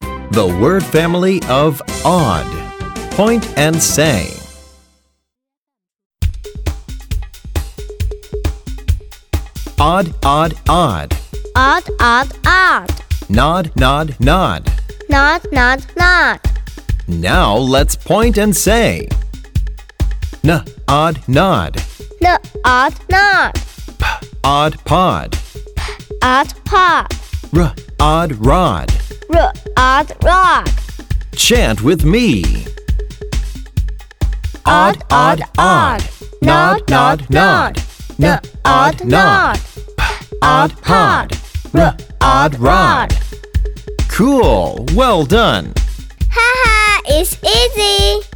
The word family of odd. Point and say. Odd, odd, odd. Odd, odd, odd. Nod, nod, nod. Nod, nod, nod. Now let's point and say. N, odd, nod. The odd, nod. Odd, pod. Odd, pod. R, odd, rod. R, odd, rock. Chant with me. Odd, odd, odd. Nod, nod, nod. N, The odd, nod. Odd, pod. R, odd, rod. Cool. Well done. Haha, it's easy.